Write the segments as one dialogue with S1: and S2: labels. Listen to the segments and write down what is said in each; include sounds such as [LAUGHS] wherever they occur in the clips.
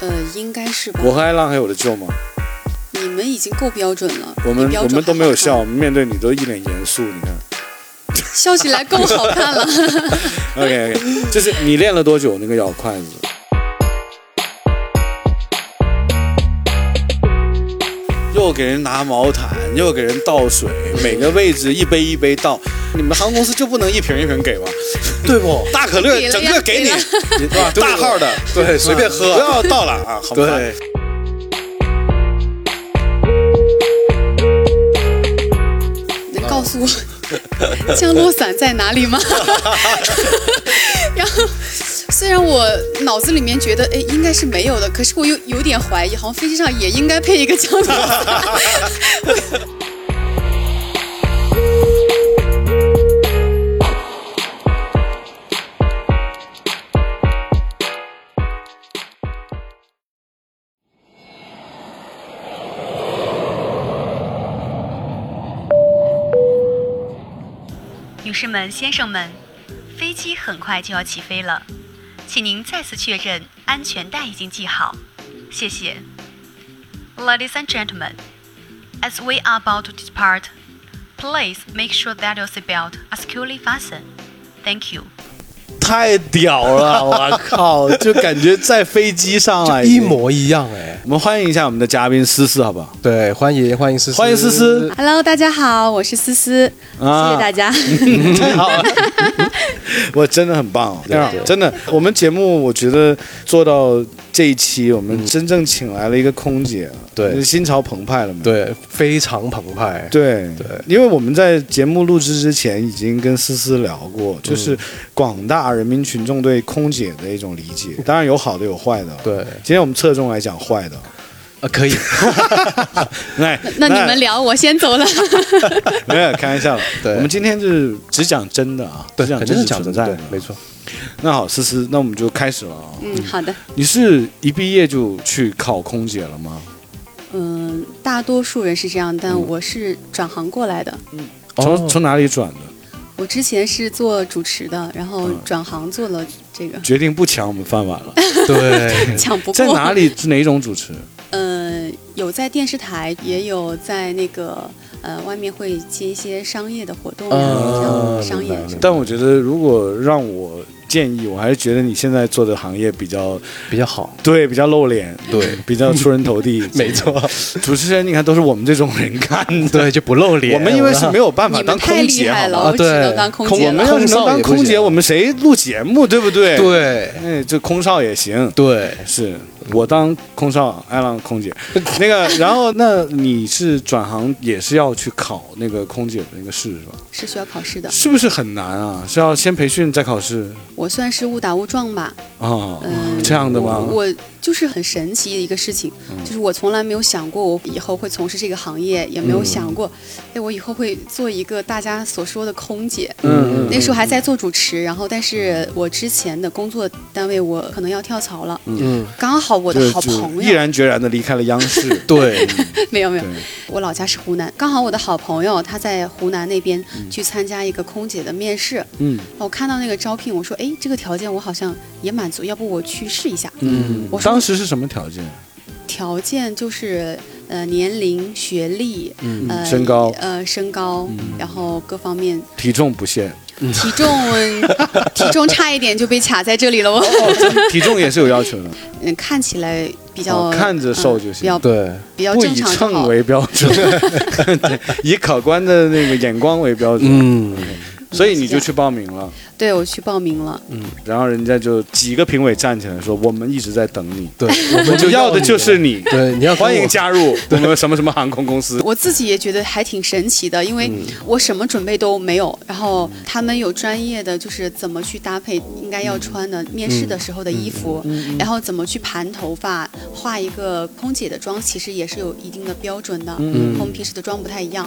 S1: 呃，应该是吧。
S2: 我和艾浪还有的救吗？
S1: 你们已经够标准了，
S2: 我们
S1: 比标
S2: 我
S1: 准
S2: 们都没有笑，
S1: 还好
S2: 我们面对你都一脸严肃，你看。
S1: 看，笑起来更好看
S2: [LAUGHS]
S1: 了。[LAUGHS]
S2: OK OK，就是你练了多久那个咬筷子？又给人拿毛毯，又给人倒水，每个位置一杯一杯倒。你们航空公司就不能一瓶一瓶给吗？
S3: 对不？
S2: [LAUGHS] 大可
S1: 给
S2: 乐
S1: 了
S2: 整
S1: 呀
S2: 个给
S1: 给
S2: 你，
S1: 了
S2: 是吧？
S3: 对
S2: 大号的，
S3: 对，随便
S2: 不
S3: 喝。
S2: 要倒了啊，好吧？
S3: 对，
S1: 能告诉我降落伞在哪里吗？ [LAUGHS] 然后，虽然我脑子里面觉得，哎，应该是没有的，可是我又有点怀疑，好像飞机上也应该配一个降落伞。
S4: 女士们、先生们，飞机很快就要起飞了，请您再次确认安全带已经系好，谢谢。Ladies and gentlemen, as we are about to depart, please make sure that your seatbelt are securely fastened. Thank you.
S3: 太屌了，我靠！
S2: 就感觉在飞机上啊
S3: [LAUGHS]
S2: 了，
S3: 一。模一样哎。
S2: 我们欢迎一下我们的嘉宾思思，好不好？
S3: 对，欢迎欢迎思思，
S2: 欢迎思思，
S1: Hello，大家好，我是思思，
S2: 啊
S1: 谢谢大
S2: [LAUGHS]
S1: 家。
S3: 嗯
S2: 太好了， [LAUGHS] 我真的很棒、哦，真的。我们节目我觉得做到这一期，我们真正请来了一个空姐啊，
S3: 嗯对
S2: 心潮澎湃了嘛。
S3: 对，非常澎湃。
S2: 对
S3: 对
S2: 因为我们在节目录制之前已经跟思思聊
S3: 嗯
S2: 过，就是广大人民群众对空姐的一种理解，当然有好的有坏的。
S3: 对
S2: 今天我们侧重来讲坏的。呃哎
S3: 啊，可以，
S2: 来，
S1: 那你们聊，我先
S2: [LAUGHS]
S1: 走了。
S2: 没有开玩笑的。
S3: 对
S2: 我们今天就是只讲真的啊，只
S3: 对，
S2: 讲
S3: [LAUGHS] 肯
S2: 真
S3: 定
S2: 实
S3: 是讲
S2: 存
S3: 真
S2: 在
S3: 的
S2: 的。，
S3: 没错。
S2: 那好，思思，那我们就开始了啊。
S1: 嗯，好的。
S2: 你是一毕业就去考空姐了吗？
S1: 嗯、大多数人是这样，
S2: 嗯
S1: 但我是转行过来的。
S2: 从、
S3: 哦
S2: 从哪里转的？
S1: 我之前是做主持的，然后
S2: 嗯
S1: 转行做了这个，
S2: 决定不抢我们饭碗了。
S3: [LAUGHS] 对，
S1: 抢不过。
S2: 在哪里是哪种主
S3: [LAUGHS]
S2: 持？
S1: 呃，有在电视台，也有在那个呃外面会接一些商业的活动呀，
S2: 嗯
S3: 啊
S1: 像商业
S3: 明白
S1: 什么
S2: 但我觉得，如果让我建议，我还是觉得你现在做的行业比较
S3: 比
S2: [LAUGHS]
S3: 较好。
S2: 对，比较露脸，
S3: 对，
S2: 比较出人头地。
S3: [LAUGHS] 没错，
S2: 主持人，你看都是我们这种人干的。
S3: 对，就不露脸。
S2: 我们因为是没有办法
S1: 你
S2: 当
S1: 们太
S2: 空
S1: 厉
S2: 姐，
S1: 害
S2: 好
S1: 了，
S2: 吧？
S3: 啊
S1: 我只能
S3: 对
S1: 当空
S3: 空
S1: 姐
S2: 我
S3: 姐
S2: 们
S1: 了。
S2: 要是能当
S3: 空少也不
S2: 空姐，
S3: 行
S2: 我们谁录节目，对不对？，
S3: 对
S2: 哎，这空少也行。
S3: 对，
S2: 是我当空少，爱浪空姐， [LAUGHS] 那个，然后那你是转行也是要去考那个空姐的那个试是吧？
S1: 是需要考试的，
S2: 是不是很难啊？是要先培训再考试
S1: 我算是误打误撞吧。
S2: 啊？
S1: 嗯
S2: 这样的吗？
S1: 我就是很神奇的一个事情，
S2: 嗯
S1: 就是我从来没有想过我以后会从事这个行业，也没有想过，
S2: 嗯
S1: 哎，我以后会做一个大家所说的空姐。
S2: 嗯
S1: 那时候还在做主持，然后但是我之前的工作单位我可能要跳槽了，
S3: 嗯，。
S1: 刚好我
S2: 就
S1: 的好
S2: 就
S1: 朋
S2: 毅
S1: 友
S2: 然决然的离开了央视
S3: 对，
S1: [LAUGHS] 没有没有
S2: 对，
S1: 我老家是湖南，刚好我的好朋友他在湖南那边去参加一个空姐的面试，
S2: 嗯
S1: 我看到那个招聘，我说哎，这个条件我好像也满足，要不我去试一下。
S2: 嗯
S1: 我，说
S2: 当时是什么条件？
S1: 条件就是呃年龄、学历、
S2: 嗯
S1: 呃
S2: 身高、嗯
S1: 呃身高，然后各方面
S2: 体重不限，
S1: 体
S2: [LAUGHS]
S1: 重，体重差一点就被卡在这里了。我
S2: 哦体重也是有要求
S1: [LAUGHS]
S2: 的，
S1: 嗯看起来比较、
S2: 哦看着瘦就行
S1: 嗯比较
S3: 对，
S1: 比较
S2: 不
S1: 正
S2: 以
S1: 常就
S2: 秤
S1: 好。
S2: 为标准， [LAUGHS] 对以考官的那个眼光为标准，
S3: 嗯，
S2: 所以你就去报名了。
S1: 对我去报名了，
S2: 然后人家就几个评委站起来说：“我们一直在等你，
S3: 对，我
S2: 我
S3: 们就
S2: 要的
S3: 你
S2: 就是你，
S3: 对，你要跟
S2: 欢迎
S3: 我
S2: 加 [LAUGHS] 入我们什么什么航空公司。
S1: 我自己也觉得还挺神奇的，因为
S2: 嗯
S1: 我什么准备都没有，然后他们有专业的，就是怎么去搭配应该要穿的面试的时候的衣服，
S2: 嗯
S1: 然后怎么去盘头发，画一个空姐的妆，其实也是有一定的标准的，
S2: 嗯
S1: 跟我们平时的妆不太一样。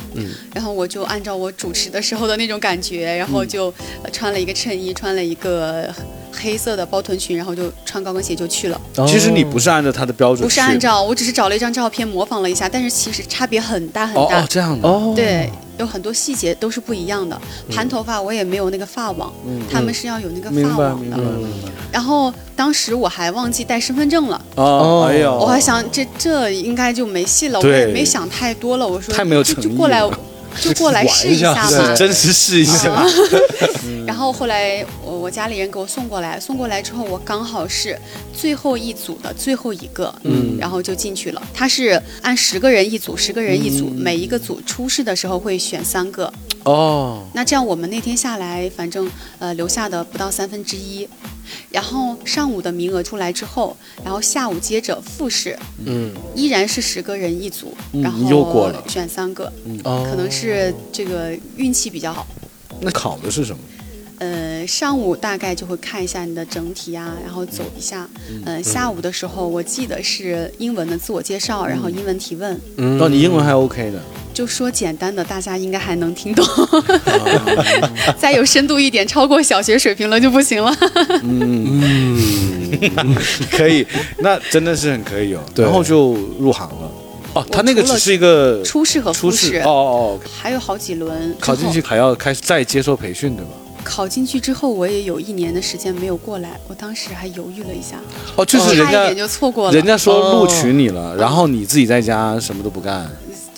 S1: 然后我就按照我主持的时候的那种感觉，然后就呃穿了一个衬衣，穿了一个。黑色的包臀裙，然后就穿高跟鞋就去了。
S2: 其实你不哦是按照他的标准去，
S1: 不是按照，我只是找了一张照片模仿了一下，但是其实差别很大很
S2: 哦
S1: 大。
S2: 哦嗯这样的，
S3: 哦，
S1: 对，有很多细节都是不一样的。盘头发我也没有那个发网，他们是要有那个
S2: 明
S1: 发
S2: 白
S1: 网
S2: 嗯明
S1: 的
S2: 白。明白。
S1: 然后当时我还忘记带身份证了，
S2: 哦，哎呦，
S1: 我还想这这应该就没戏了，我
S2: 对
S1: 也没想太多了。我说
S2: 太没有
S1: 就
S2: 诚
S1: 就
S2: 意
S1: 过来
S2: [LAUGHS] 了，
S1: 就过来试
S3: 玩一
S1: 下
S3: 下
S1: 吧
S3: 对。
S2: 真实试一下，
S1: 然后后来我我家里人给我送过来，送过来之后我刚好是最后一组的最后一个，嗯，然后就进去了。他是按十个人一组，十个人一
S2: 嗯
S1: 组，每一个组出事的时候会选三个。
S2: 哦，
S1: 那这样我们那天下来，反正呃留下的不到三分之一，然后上午的名额出来之后，然后下午接着复试，
S3: 嗯，
S1: 依然是十个人一组，
S2: 嗯
S1: 然后
S2: 又过了嗯
S1: 选三个，
S3: 哦，
S1: 可能是这个运气比较好。
S2: 那考的是什么？
S1: 呃，上午大概就会看一下你的整体啊，然后走一下。嗯、下午的时候我记得是英文的自我介绍，然后英文提问，
S3: 嗯
S2: 哦，你英文还 OK 的，
S1: 就说简单的，大家应该还能听懂。
S2: 哦
S1: [LAUGHS] 再有深度一点，超过小学水平了就不行了。
S2: 可以，那真的是很可以哦。
S3: 对！
S2: 然后就入行了。哦，他那个
S1: 除
S2: 只
S1: 了
S2: 是一个
S1: 初试和复
S2: 初
S1: 试
S2: 试，哦哦，哦
S1: 还有好几轮。
S2: 考进去，还要开始再接受培训，对吧？
S1: 考进去之后，我也有一年的时间没有过来，我当时还犹豫了一下，
S2: 哦，就是人
S1: 差一
S2: 家
S1: 点就错过了。嗯
S2: 人家说录取你了，然后你自己在家什么都不干，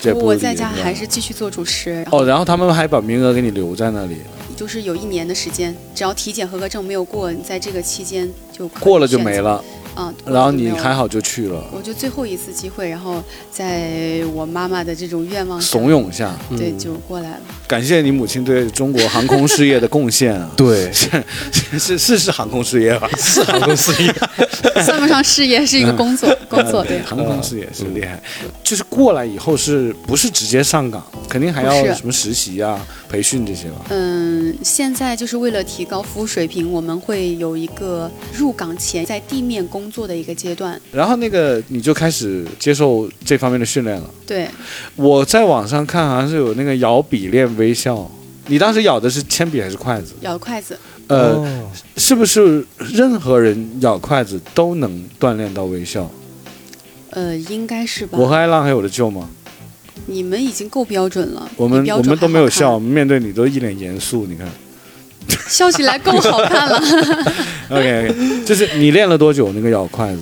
S2: 这不
S1: 我
S2: 理
S1: 在家
S2: 吧
S1: 还是继续做主持，然后
S2: 哦，然后他们还把名额给你留在那里，
S1: 就是有一年的时间，只要体检合格证没有过，你在这个期间就可以
S2: 过了就没了，
S1: 选择。啊，过了
S2: 然后
S1: 就没
S2: 你
S1: 有
S2: 还
S1: 了。
S2: 好就去了，
S1: 我就最后一次机会，然后在我妈妈的这种愿望下
S2: 怂，恿一嗯下。
S1: 对，就过来了。
S2: 感谢你母亲对中国航空事业的贡献啊
S3: 对，
S2: [LAUGHS] 是是是航空事业吧？是
S3: [LAUGHS] 航空事业，
S2: [LAUGHS]
S1: 算不上事业，是一个工作，工作对。嗯
S2: 航空事业是厉害。就是过来以后是不是直接上岗？肯定还
S1: 不
S2: 要
S1: 是
S2: 什么实习啊、培训这些吧？
S1: 嗯，现在就是为了提高服务水平，我们会有一个入岗前在地面工作的一个阶段。
S2: 然后那个你就开始接受这方面的训练了。
S1: 对，
S2: 我在网上看好像是有那个咬笔练微笑，你当时咬的是铅笔还是筷子？
S1: 咬筷子，
S2: 呃，
S3: 哦
S2: 是不是任何人咬筷子都能锻炼到微笑？
S1: 呃，应该是吧
S2: 我？和艾浪还有的救吗？
S1: 你们已经够标准了，
S2: 我
S1: 比
S2: 们
S1: 标
S2: 我
S1: 准
S2: 们都
S1: 还
S2: 没有
S1: 好看
S2: 笑，我，们面对你都一脸严肃。你看
S1: 笑起来更好看了。 [LAUGHS]
S2: ，OK OK，就是你练了多久那个咬筷子？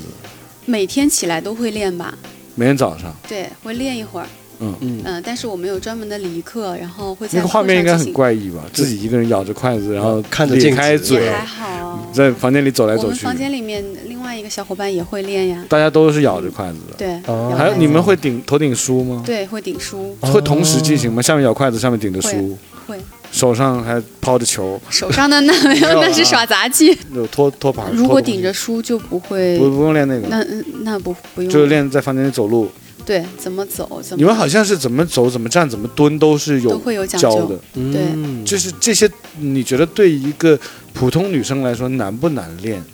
S1: 每天起来都会练吧？
S2: 每天早上，
S1: 对，会练一会儿。
S2: 嗯
S1: 嗯但是我们有专门的礼仪课，然后会在
S2: 那个画面应
S1: 课
S2: 该
S1: 上进
S2: 很
S1: 行
S2: 怪异吧？自己一个人咬着筷子，然后
S3: 哦看着
S2: 咧
S3: 镜子
S2: 开
S1: 也
S2: 嘴，
S1: 还好。
S2: 在房间里走来
S1: 我
S2: 走
S1: 们
S2: 去，
S1: 房间里面另外一个小伙伴也会练呀，
S2: 大家都是咬着筷子的。
S1: 对，
S3: 哦
S1: 摇
S2: 还有
S1: 摆
S2: 你
S1: 子
S2: 们会顶头顶书吗？
S1: 对会顶书，
S2: 会同时进行吗？下面咬筷子，上面顶着书，
S1: 哦会
S2: 手上还抛着球，
S1: 手上的那 [LAUGHS] 那是耍杂技。
S2: 有托托盘。
S1: 如果
S2: 托东西
S1: 顶着书就不会，
S2: 不不用练那个，
S1: 那嗯那不不用，
S2: 就是练在房间里走路。
S1: 对怎么走怎么
S2: 你们好像是怎么走、怎么站、怎么蹲都是
S1: 都
S2: 有
S1: 会有讲
S2: 教
S1: 究嗯
S2: 的，，
S1: 对
S3: 嗯
S2: 就是这些，你觉得对一个普通女生来说难不难练？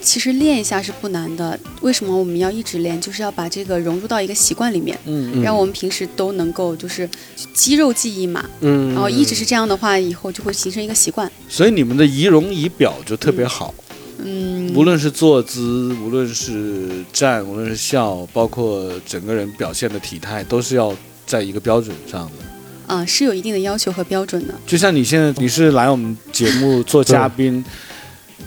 S1: 其实练一下是不难的，为什么我们要一直练？就是要把这个融入到一个习惯里面，
S2: 嗯
S1: 让我们平时都能够就是肌肉记忆嘛，
S3: 嗯
S1: 然后一直是这样的话，以后就会形成一个习惯。
S2: 所以你们的仪容仪表就特别好，
S1: 嗯，
S2: 无论是坐姿，无论是站，无论是笑，包括整个人表现的体态，都是要在一个标准上的。
S1: 啊、是有一定的要求和标准的。
S2: 就像你现在，你是来我们节目做嘉宾，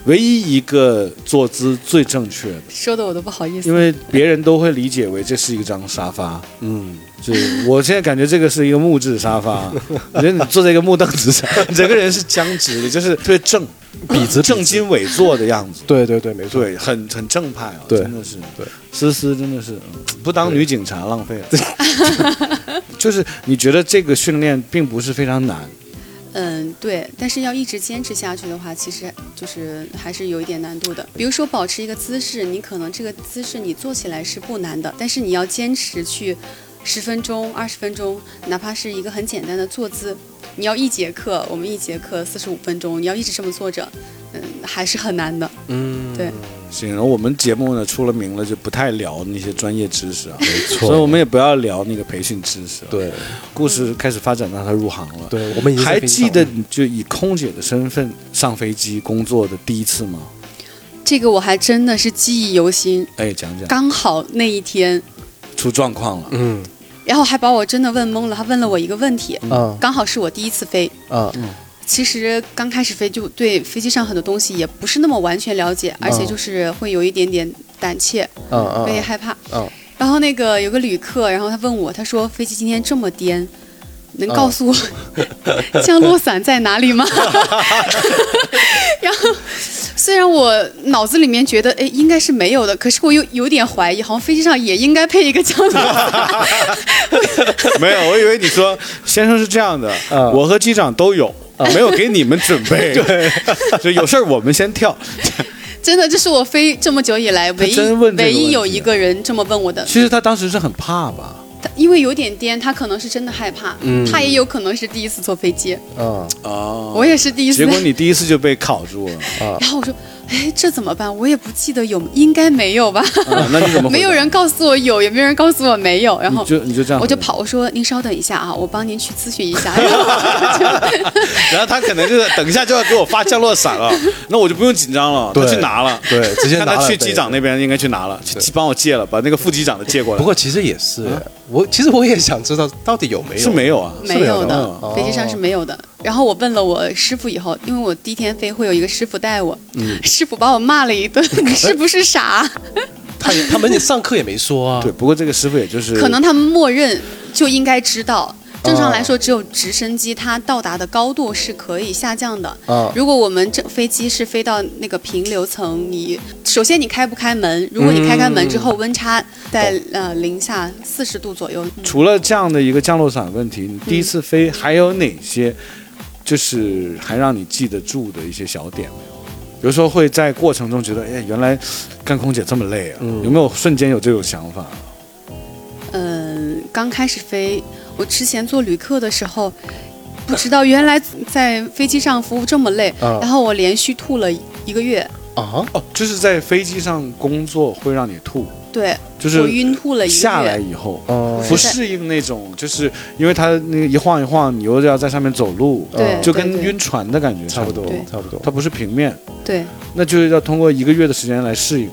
S2: 唯一一个坐姿最正确的，
S1: 说的我都不好意思。
S2: 因为别人都会理解为这是一张沙发。
S3: 嗯，
S2: 就是我现在感觉这个是一个木质沙
S3: [LAUGHS]
S2: 发，我觉得你坐在一个木凳子上，你整个人是僵直的，就是特别正，
S3: 笔直
S2: 正襟伟坐的样子。
S3: 对对对，没错，
S2: 对，很很正派啊，
S3: 对
S2: 真的是，
S3: 对，
S2: 思思真的是嗯不当女警察浪费了。 [LAUGHS] 就是你觉得这个训练并不是非常难，
S1: 嗯，对，但是要一直坚持下去的话，其实就是还是有一点难度的。比如说保持一个姿势，你可能这个姿势你做起来是不难的，但是你要坚持去十分钟、二十分钟，哪怕是一个很简单的坐姿，你要一节课，我们一节课四十五分钟，你要一直这么坐着，嗯，还是很难的。
S3: 嗯，
S1: 对，
S2: 行，然后我们节目呢出了名了，就不太聊那些专业知识啊，
S3: 没错，
S2: 所以我们也不要聊那个培训知识了。，
S3: 对
S2: 故事开始发展到他入行了。
S3: 对，我们已经在
S2: 还
S3: 飞机
S2: 记
S3: 上
S2: 得
S3: 了
S2: 你就以空姐的身份上飞机工作的第一次吗？
S1: 这个我还真的是记忆犹新，
S2: 哎，讲讲
S1: 刚好那一天，
S2: 出状况了， [LAUGHS]
S3: 嗯
S1: 然后还把我真的问懵了，他问了我一个问题，
S2: 嗯
S3: 啊
S1: 刚好是我第一次飞。
S3: 啊
S1: 其实刚开始飞就对飞机上很多东西也不是那么完全了解，
S2: 嗯
S1: 而且就是会有一点点胆怯，
S3: 啊啊
S1: 有点害怕。
S2: 嗯
S3: 啊！
S1: 然后那个有个旅客，然后他问我，他说飞机今天这么颠，能告诉我、
S2: 嗯
S1: [LAUGHS] 降落伞在哪里吗？ [LAUGHS] 然后虽然我脑子里面觉得哎应该是没有的，可是我又有点怀疑，好像飞机上也应该配一个降落伞。
S2: [LAUGHS] 没有，我以为你说先生是这样的，
S3: 嗯
S2: 我和机长都有，没有给你们准
S3: [LAUGHS]
S2: 备，对， [LAUGHS] 就有事儿我们先跳。
S1: 真的，这是我飞这么久以来唯一
S2: 他真问这个
S1: 唯
S2: 问题啊
S1: 一有一个人这么问我的，
S2: 其实他当时是很怕吧？
S1: 他因为有点颠，他可能是真的害怕，
S3: 嗯
S1: 他也有可能是第一次坐飞机，
S3: 啊
S2: 哦
S1: 我也是第一次。
S2: 结果你第一次就被考住了，
S1: [LAUGHS] 然后我说，哎，这怎么办？我也不记得有，应该没有吧？
S2: 啊那你 [LAUGHS] 怎么回答？
S1: 没有人告诉我有，也没有人告诉我没有。然
S2: 你
S1: 后
S2: 就你就这样，
S1: 我就跑，。我说您稍等一下啊，我帮您去咨询一下。
S2: [LAUGHS]
S1: 然后我就
S2: 然后他可
S3: [LAUGHS]
S2: 能就是等一下就要给我发降落伞了，那我就不用紧张了，他
S3: 对
S2: 去拿了，
S3: 对直接拿了
S2: [LAUGHS] 看他去机长那边应该去拿了，去帮我借了，把那个副机长的借过来。
S3: 不过其实也是，我其实我也想知道到底有没有
S2: 嗯是没有啊，
S1: 没有
S3: 是没有的
S1: 的
S3: 哦，
S1: 飞机上是没有的。然后我问了我师傅以后，因为我第一天飞会有一个师傅带我，
S2: 嗯
S1: 师傅把我骂了
S2: [LAUGHS]
S1: 一顿，你是不是傻？
S3: 他也他们也上课也没说啊。
S2: 对，不过这个师傅也就是
S1: 可能他们默认就应该知
S2: 啊
S1: 道。正常来说，只有直升机它到达的高度是可以下降的。
S3: 啊
S1: 如果我们这飞机是飞到那个平流层，你首先你开不开门？如果你开开门之后，
S2: 嗯
S1: 温差在呃零下四十度左右。嗯
S2: 除了这样的一个降落伞问题，你第一次飞还有哪些，就是还让你记得住的一些小点没有？比如说会在过程中觉得，哎，原来干空姐这么累啊？
S3: 嗯
S2: 有没有瞬间有这种想法？
S1: 嗯，刚开始飞，我之前做旅客的时候，不知道原来在飞机上服务这么累，
S3: 啊
S1: 然后我连续吐了一个月，
S3: 啊，
S2: 哦，就是在飞机上工作会让你吐，
S1: 对，
S2: 就
S1: 我
S2: 是
S1: 晕吐了一个月。
S2: 下来以后。
S3: 哦
S2: 不适应那种，就是因为它那个一晃一晃，你又要在上面走路，
S1: 对，
S2: 就
S1: 对
S2: 跟
S1: 对
S2: 晕船的感觉差
S3: 差不
S2: 不
S3: 多
S2: 多。
S1: 对，
S3: 差不多。
S2: 它不是平面，
S1: 对
S2: 那就是要通过一个月的时间来适应。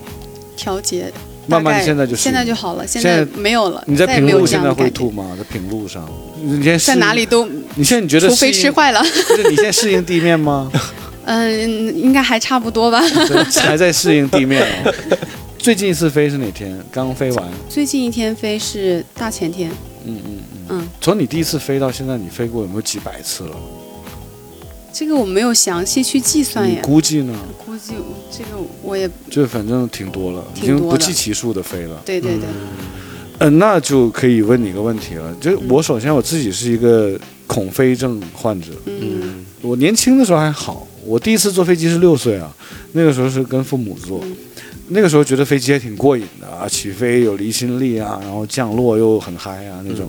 S1: 调节。
S2: 慢慢
S1: 大
S2: 地
S1: 概
S2: 现在就适应
S1: 现在就好了，现
S2: 在
S1: 在没有了。
S2: 你在
S1: 再也
S2: 平
S1: 没有
S2: 路
S1: 这
S2: 现
S1: 样
S2: 在
S1: 的
S2: 会
S1: 感觉
S2: 吐吗？在平路上，你先适
S1: 在
S2: 应
S1: 哪里？都，
S2: 你现在你觉得
S1: 除
S2: 适
S1: 非
S2: 应？
S1: 吃坏了。
S2: [LAUGHS]
S1: [LAUGHS]
S2: 就是你现在适应地面吗？
S1: 嗯，应该还差不多吧。 [LAUGHS]
S2: 对还在适应地面哦。最近一次飞是哪天？刚飞完。
S1: 最近一天飞是大前天，
S2: 嗯嗯嗯。
S1: 嗯，
S2: 从你第一次飞到现在，你飞过有没有几百次了？
S1: 这个我没有详细去计算
S2: 你
S1: 耶，
S2: 嗯估计呢？
S1: 估计这个我也
S2: 就反正挺多了，已
S1: 挺
S2: 经
S1: 多
S2: 不
S1: 的
S2: 计其数的飞了。
S1: 对对对，
S2: 嗯，那就可以问你一个问题了。就是我首先我自己是一个恐飞症患者，
S1: 嗯，
S2: 我年轻的时候还好，我第一次坐飞机是六岁啊，那个时候是跟父母坐，那个时候觉得飞机还挺过瘾的啊，起飞有离心力啊，然后降落又很嗨啊那种，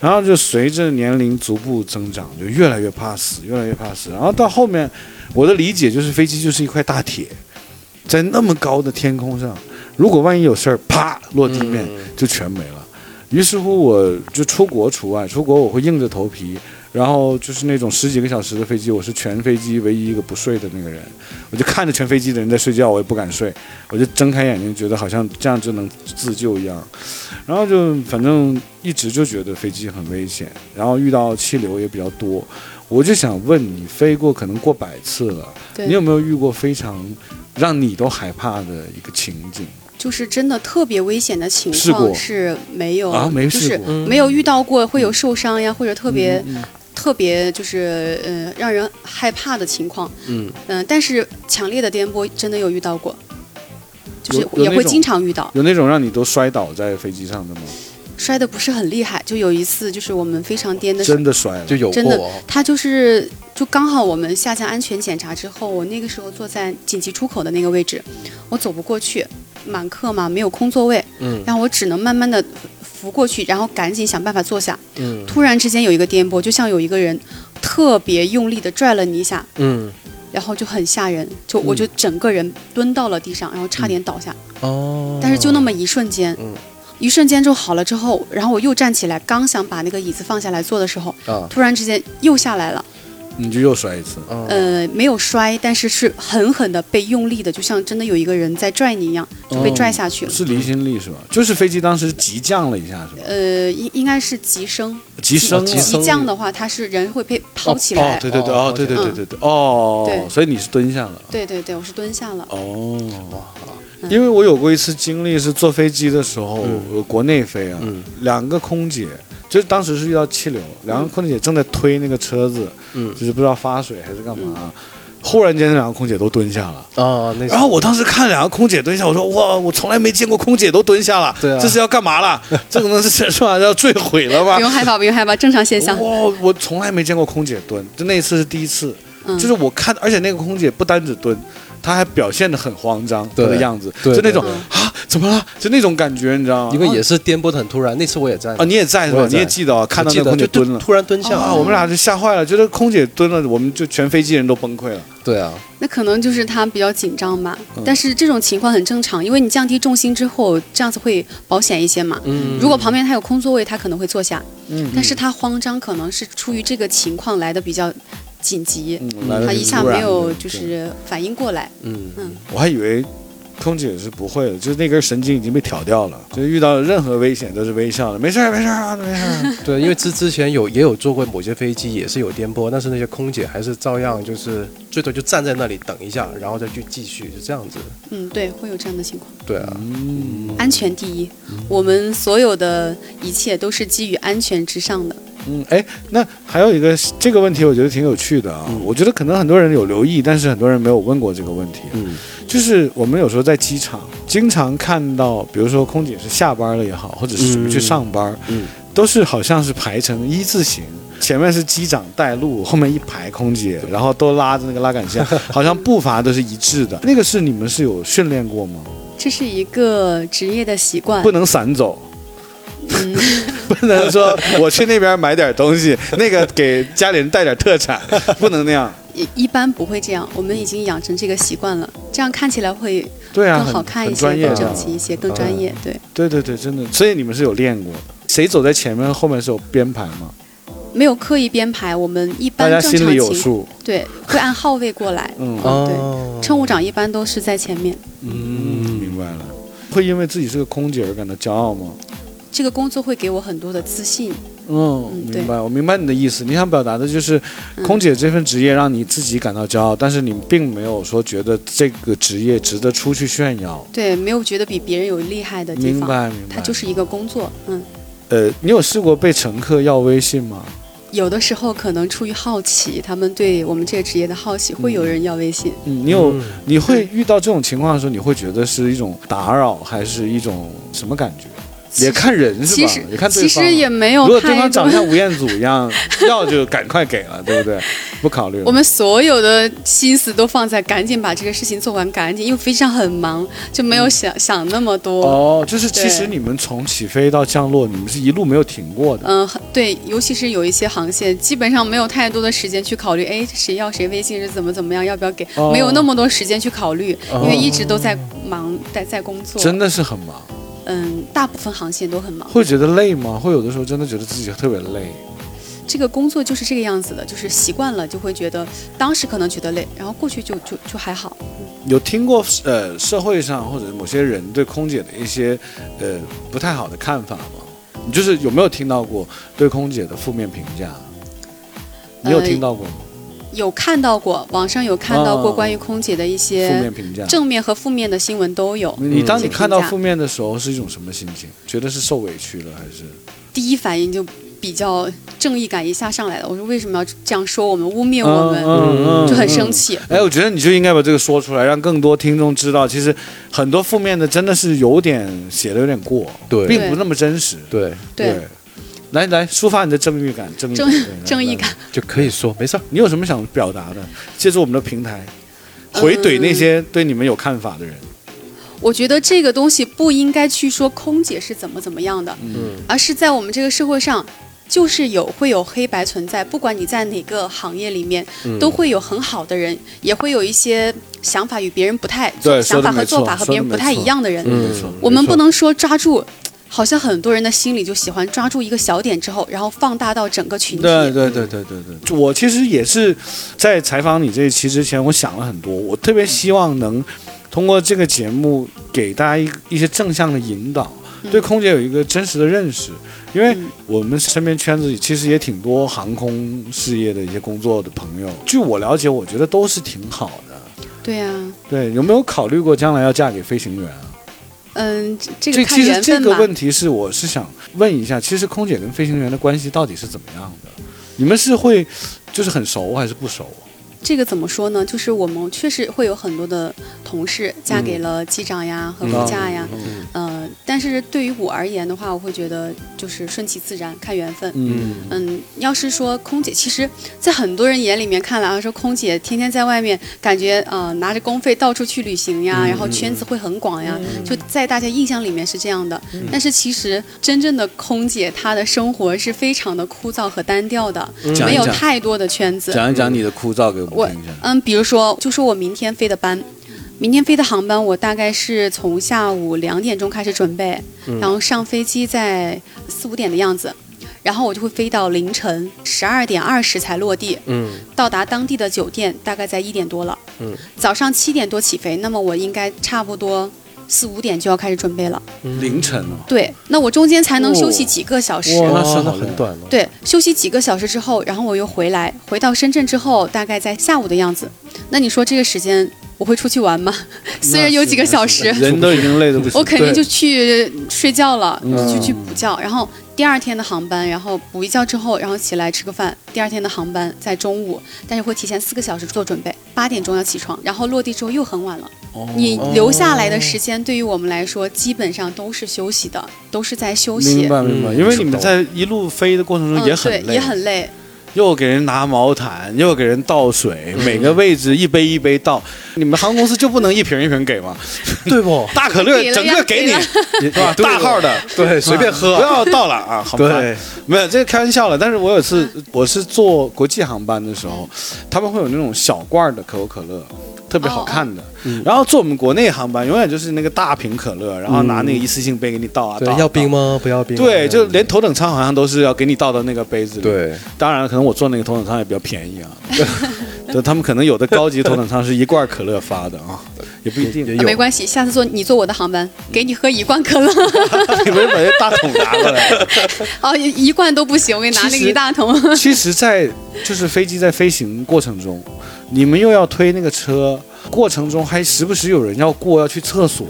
S2: 然后就随着年龄逐步增长，就越来越怕死，越来越怕死，然后到后面，我的理解就是飞机就是一块大铁，在那么高的天空上，如果万一有事儿，啪落地面就全没了。于是乎，我就出国除外，出国我会硬着头皮，然后就是那种十几个小时的飞机，我是全飞机唯一一个不睡的那个人，我就看着全飞机的人在睡觉，我也不敢睡，我就睁开眼睛，觉得好像这样就能自救一样，然后就反正一直就觉得飞机很危险，然后遇到气流也比较多，我就想问你，飞过可能过百次了，你
S1: 对，
S2: 有没有遇过非常让你都害怕的一个情景？
S1: 就是真的特别危险的情
S2: 试过
S1: 况是没有
S2: 啊没
S1: 就
S2: 试
S1: 是
S2: 过嗯
S1: 没有遇到过会有受伤呀，或者特别特别就是呃让人害怕的情况。
S3: 嗯
S1: 嗯，但是强烈的颠簸真的有遇到过，就是
S2: 有有
S1: 也
S2: 那
S1: 会
S2: 种
S1: 经常遇到，
S2: 有那种让你都摔倒在飞机上的吗？
S1: 摔的不是很厉害。就有一次，就是我们非常颠的时候，
S2: 真的摔了，
S3: 就有
S1: 真的
S3: 过，啊
S1: 他就是就刚好我们下降安全检查之后，我那个时候坐在紧急出口的那个位置，我走不过去，满客嘛，没有空座位，
S3: 嗯
S1: 然后我只能慢慢的扶过去，然后赶紧想办法坐下。
S3: 嗯
S1: 突然之间有一个颠簸，就像有一个人特别用力的拽了你一下，
S3: 嗯
S1: 然后就很吓人，就我就整个人蹲到了地上，然后差点倒下。
S3: 哦，
S1: 但是就那么一瞬间，
S3: 嗯
S1: 一瞬间就好了之后，然后我又站起来，刚想把那个椅子放下来坐的时候，
S3: 啊
S1: 突然之间又下来了，
S2: 你就又摔一次。
S1: 呃，没有摔，但是是狠狠的被用力的，就像真的有一个人在拽你一样，就被拽下去了。
S2: 哦是离心力是吧？就是飞机当时急降了一下是吧？
S1: 呃，应应该是急升，
S2: 急升
S3: 急
S1: 哦急
S3: 升
S1: 降的话，它是人会被抛起来。
S2: 哦，对对对，哦，对对对对对，哦，所以你是蹲下了。
S1: 对对对，我是蹲下了。
S2: 哦，因为我有过一次经历，是坐飞机的时候，呃国内飞啊，两个空姐，就是当时是遇到气流，两个空姐正在推那个车子，
S3: 嗯
S2: 就是不知道发水还是干嘛，忽然间那两个空姐都蹲下了。
S3: 啊，那
S2: 嗯然后我当时看两个空姐蹲下，我说哇，我从来没见过空姐都蹲下了，
S3: 对啊
S2: 这是要干嘛了？这个能是是哦吧？要坠毁了吧
S1: 不？用害怕，不用害怕，正常现象。
S2: 哇，我从来没见过空姐蹲，就那一次是第一次，
S1: 嗯
S2: 就是我看，而且那个空姐不单只蹲，她还表现的很慌张她
S3: 对
S2: 的样子，
S3: 对
S2: 就那种
S1: 对
S2: 啊怎么了，就那种感觉，你知道吗？
S3: 因为也是颠簸的很突然，那次我也在
S2: 啊，你也在是
S3: 我
S2: 吧？
S3: 也在
S2: 你也记得啊，看到那
S3: 我
S2: 个
S3: 记得
S2: 空姐
S3: 就
S2: 蹲了
S3: 突然蹲下
S2: 啊，我们俩就吓坏了，觉得空姐蹲了，我们就全飞机人都崩溃了。
S3: 对啊，
S1: 那可能就是他比较紧张吧，
S2: 嗯
S1: 但是这种情况很正常，因为你降低重心之后，这样子会保险一些嘛。如果旁边他有空座位，他可能会坐下。
S2: 嗯
S1: 但是他慌张可能是出于这个情况来的比较紧急，
S2: 嗯来得
S1: 他一下
S2: 突然
S1: 没有
S2: 嗯对
S1: 就是反应过来。
S3: 嗯
S1: 嗯
S2: 我还以为空姐是不会的，就是那根神经已经被挑掉了，就是遇到任何危险都是微笑的，没事儿，没事儿啊，没事儿。
S3: 对，因为之之前有也有坐过某些飞机，也是有颠簸，但是那些空姐还是照样就是最多就站在那里等一下，然后再去继续，就这样子。
S1: 嗯，对，会有这样的情况。
S3: 对啊，
S1: 嗯安全第一，我们所有的一切都是基于安全之上的。
S2: 嗯，哎，那还有一个这个问题，我觉得挺有趣的啊。
S3: 嗯
S2: 我觉得可能很多人有留意，但是很多人没有问过这个问题。啊
S3: 嗯，
S2: 就是我们有时候在机场经常看到，比如说空姐是下班了也好，或者是
S3: 嗯
S2: 去上班，
S3: 嗯，
S2: 都是好像是排成一字形。前面是机长带路，后面一排空姐，然后都拉着那个拉杆线，好像步伐都是一致
S3: [LAUGHS]
S2: 的。那个是你们是有训练过吗？
S1: 这是一个职业的习惯
S2: 不，能散走，
S1: 嗯
S2: [LAUGHS] 不能说我去那边买点东西， [LAUGHS] 那个给家里人带点特产， [LAUGHS] 不能那样。
S1: 一一般不会这样。我们已经养成这个习惯了，这样看起来会
S2: 对啊，嗯
S1: 更
S2: 很
S1: 好看一
S2: 很
S1: 些，
S2: 专业
S1: 更
S2: 的
S1: 整齐一些，更专业。对，
S2: 对对对，真的。所以你们是有练过的，谁走在前面，后面是有编排吗？
S1: 没有刻意编排，我们一
S2: 大
S1: 般
S2: 家
S1: 正常
S2: 心里有
S1: 情
S2: 数。
S1: 对会按号位过来。
S2: 嗯
S1: 哦乘务长一般都是在前面。
S2: 嗯，明白了。会因为自己是个空姐而感到骄傲吗？
S1: 这个工作会给我很多的自信，
S2: 嗯，
S1: 嗯对
S2: 明白，我明白你的意思。你想表达的就是，
S1: 嗯
S2: 空姐这份职业让你自己感到骄傲，但是你并没有说觉得这个职业值得出去炫耀。
S1: 对，没有觉得比别人有厉害的地
S2: 明
S1: 方，
S2: 白，明白。
S1: 它就是一个工作，嗯。
S2: 呃，你有试过被乘客要微信吗？
S1: 有的时候可能出于好奇，他们对我们这个职业的好奇，会有人要微信。
S2: 嗯，你有、你会遇到这种情况的时候，你会觉得是一种打扰，还是一种什么感觉？
S1: 其实
S2: 也看人是
S1: 其
S2: 吧
S1: 实？
S2: 也看对
S1: 其
S2: 方。
S1: 实也没有
S2: 如果对
S1: 太
S2: 方
S1: 多
S2: 长。像吴彦祖一样， [LAUGHS] 要就赶快给了，对不对？不考虑了。
S1: [LAUGHS] 我们所有的心思都放在赶紧把这个事情做完，赶紧，因为飞机上很忙，就没有想、想那么多。
S2: 嗯哦，就是其
S1: 对
S2: 实你们从起飞到降落，你们是一路没有停过的。
S1: 嗯，很对，尤其是有一些航线，基本上没有太多的时间去考虑，哎，谁要谁微信是怎么怎么样，要不要给，
S2: 哦
S1: 没有那么多时间去考虑，因为一直都在忙，在在工作。
S2: 真的是很忙，
S1: 嗯，大部分航线都很忙。
S2: 会觉得累吗？会有的时候真的觉得自己特别累。
S1: 这个工作就是这个样子的，就是习惯了就会觉得，当时可能觉得累，然后过去就就就还好。
S2: 有听过呃社会上或者某些人对空姐的一些呃不太好的看法吗？你就是有没有听到过对空姐的负面评价？你有
S1: 呃
S2: 听到过吗？
S1: 有看到过，网上有看到过
S2: 哦
S1: 关于空姐的一
S2: 负
S1: 些
S2: 面评价。
S1: 正面和负面的新闻都有。
S2: 你当
S1: 嗯
S2: 你看到
S1: 评价
S2: 负面的时候是一种什么心情？觉得是受委屈了还是？
S1: 第一反应就比较正义感一下上来了，我说为什么要这样说我们，污蔑我
S2: 嗯
S1: 们，就很生。气。
S2: 哎，我觉得你就应该把这个说出来，让更多听众知道，其实很多负面的真的是有点写的有点过，
S3: 对
S2: 并不那么真实。
S3: 对，
S1: 对，
S2: 来来，抒发你的正义感，正义
S1: 正
S2: 感，对
S1: 正义。
S2: 来来
S1: 感，
S3: 就可以说没事儿。
S2: 你有什么想表达的？借助我们的平台，回怼那些对你们有看法的人。
S1: 我觉得这个东西不应该去说空姐是怎么怎么样的，
S2: 嗯
S1: 而是在我们这个社会上。就是有会有黑白存在，不管你在哪个行业里面，
S2: 嗯
S1: 都会有很好的人，也会有一些想法与别人不太
S2: 对说
S1: 想
S2: 得
S1: 法和
S2: 没错
S1: 做法和别人
S2: 说得
S1: 不
S2: 没
S1: 太一
S2: 错
S1: 样的人。
S2: 嗯没错
S1: 我们不能说抓住好像很多人的心里就喜欢抓住一个小点之后，然后放大到整个群体。
S2: 对对对对对对，我其实也是在采访你这一期之前，我想了很多，我特别希望能通过这个节目给大家一一些正向的引导，对空姐有一个真实的认识。因为我们身边圈子里其实也挺多航空事业的一些工作的朋友，据我了解，我觉得都是挺好的。
S1: 对呀、啊，
S2: 对，有没有考虑过将来要嫁给飞行员啊？
S1: 嗯，这这
S2: 这
S1: 个看
S2: 其实
S1: 缘
S2: 这
S1: 分
S2: 个
S1: 吧。
S2: 问题是，我是想问一下，其实空姐跟飞行员的关系到底是怎么样的？你们是会就是很熟还是不熟？啊
S1: 这个怎么说呢？就是我们确实会有很多的同事嫁给了机长呀、和副驾呀，
S2: 嗯
S1: 嗯、但是对于我而言的话，我会觉得就是顺其自然，看缘分。
S2: 嗯
S1: 嗯，要是说空姐，其实，在很多人眼里面看来啊，说空姐天天在外面，感觉呃拿着公费到处去旅行呀，
S2: 嗯
S1: 然后圈子会很广呀，就在大家印象里面是这样的。
S2: 嗯
S1: 但是其实真正的空姐，她的生活是非常的枯燥和单调的，
S2: 嗯讲一
S1: 没有
S2: 讲
S1: 太多的圈子。
S2: 讲一讲你的枯燥给我
S1: 我
S2: 们听一下。
S1: 嗯，比如说，就说我明天飞的班，明天飞的航班，我大概是从下午两点钟开始准备，
S2: 嗯
S1: 然后上飞机在四五点的样子，然后我就会飞到凌晨十二点二十才落地，
S3: 嗯，
S1: 到达当地的酒店大概在一点多了，
S3: 嗯，
S1: 早上七点多起飞，那么我应该差不多。四五点就要开始准备了，
S2: 凌晨哦，
S1: 对，那我中间才能休息
S2: 哦
S1: 几个小时。
S2: 哇那
S3: 哇，那
S2: 是好累
S3: 很短哦了。
S1: 对，休息几个小时之后，然后我又回来，回到深圳之后，大概在下午的样子。那你说这个时间我会出去玩
S2: [LAUGHS]
S1: 吗？虽然有几个小时，
S2: 人都已经累得不行。
S1: [LAUGHS] 我肯定
S2: 对
S1: 就去睡觉了，就去补
S2: 嗯
S1: 觉。然后第二天的航班，然后补一觉之后，然后起来吃个饭。第二天的航班在中午，但是会提前四个小时做准备，八点钟要起床，然后落地之后又很晚了。
S2: 哦
S1: 你留下来的时间，对于我们来说，基本上都是休息的，都是在休息。
S2: 明白明白，
S3: 嗯
S2: 因为你们在一路飞的过程中
S1: 嗯，
S2: 也很
S1: 对，
S2: 累，
S1: 也很累。
S2: 又给人拿毛毯，又给人倒水，每个位置一杯一杯倒。你们航空公司就不能一瓶一瓶给吗？
S3: 对不？
S2: 大可
S1: 给
S2: 乐
S1: 了
S2: 整
S1: 呀
S2: 个给
S1: 给了
S2: 你，是吧？大号的，
S3: 对，随便
S2: 不
S3: 喝。
S2: 要倒了啊，好吧？
S3: 对，
S2: 没有这个开玩笑了。但是我有次我是坐国际航班的时候，他们会有那种小罐儿的可口可乐。特别好看的，
S3: 嗯
S2: 然后坐我们国内航班，永远就是那个大瓶可乐，然后拿那个一次性杯给你倒啊，
S3: 嗯对
S2: 倒，啊
S3: 要冰？吗？不要冰。
S2: 倒对，就连头等舱好像都是要给你倒到那个杯子里。，
S3: 对，
S2: 当然了可能我坐那个头等舱也比较便
S3: [LAUGHS]
S2: 宜啊，对，他们可能有的高级头等舱是一罐可乐发的啊，也不一定
S3: 也。
S1: 啊
S3: 有
S2: [LAUGHS]
S1: 没关系，下次坐你坐我的航班，给你喝一罐可乐。
S2: 你们把那大桶拿过来。
S1: 哦，一一罐都不行，我给你拿那
S2: 其
S1: 个
S2: 实
S1: 一大
S2: [LAUGHS]
S1: 桶。 [LAUGHS]
S2: 其实在，就是飞机在飞行过程中，你们又要推那个车，过程中还时不时有人要过要去厕所，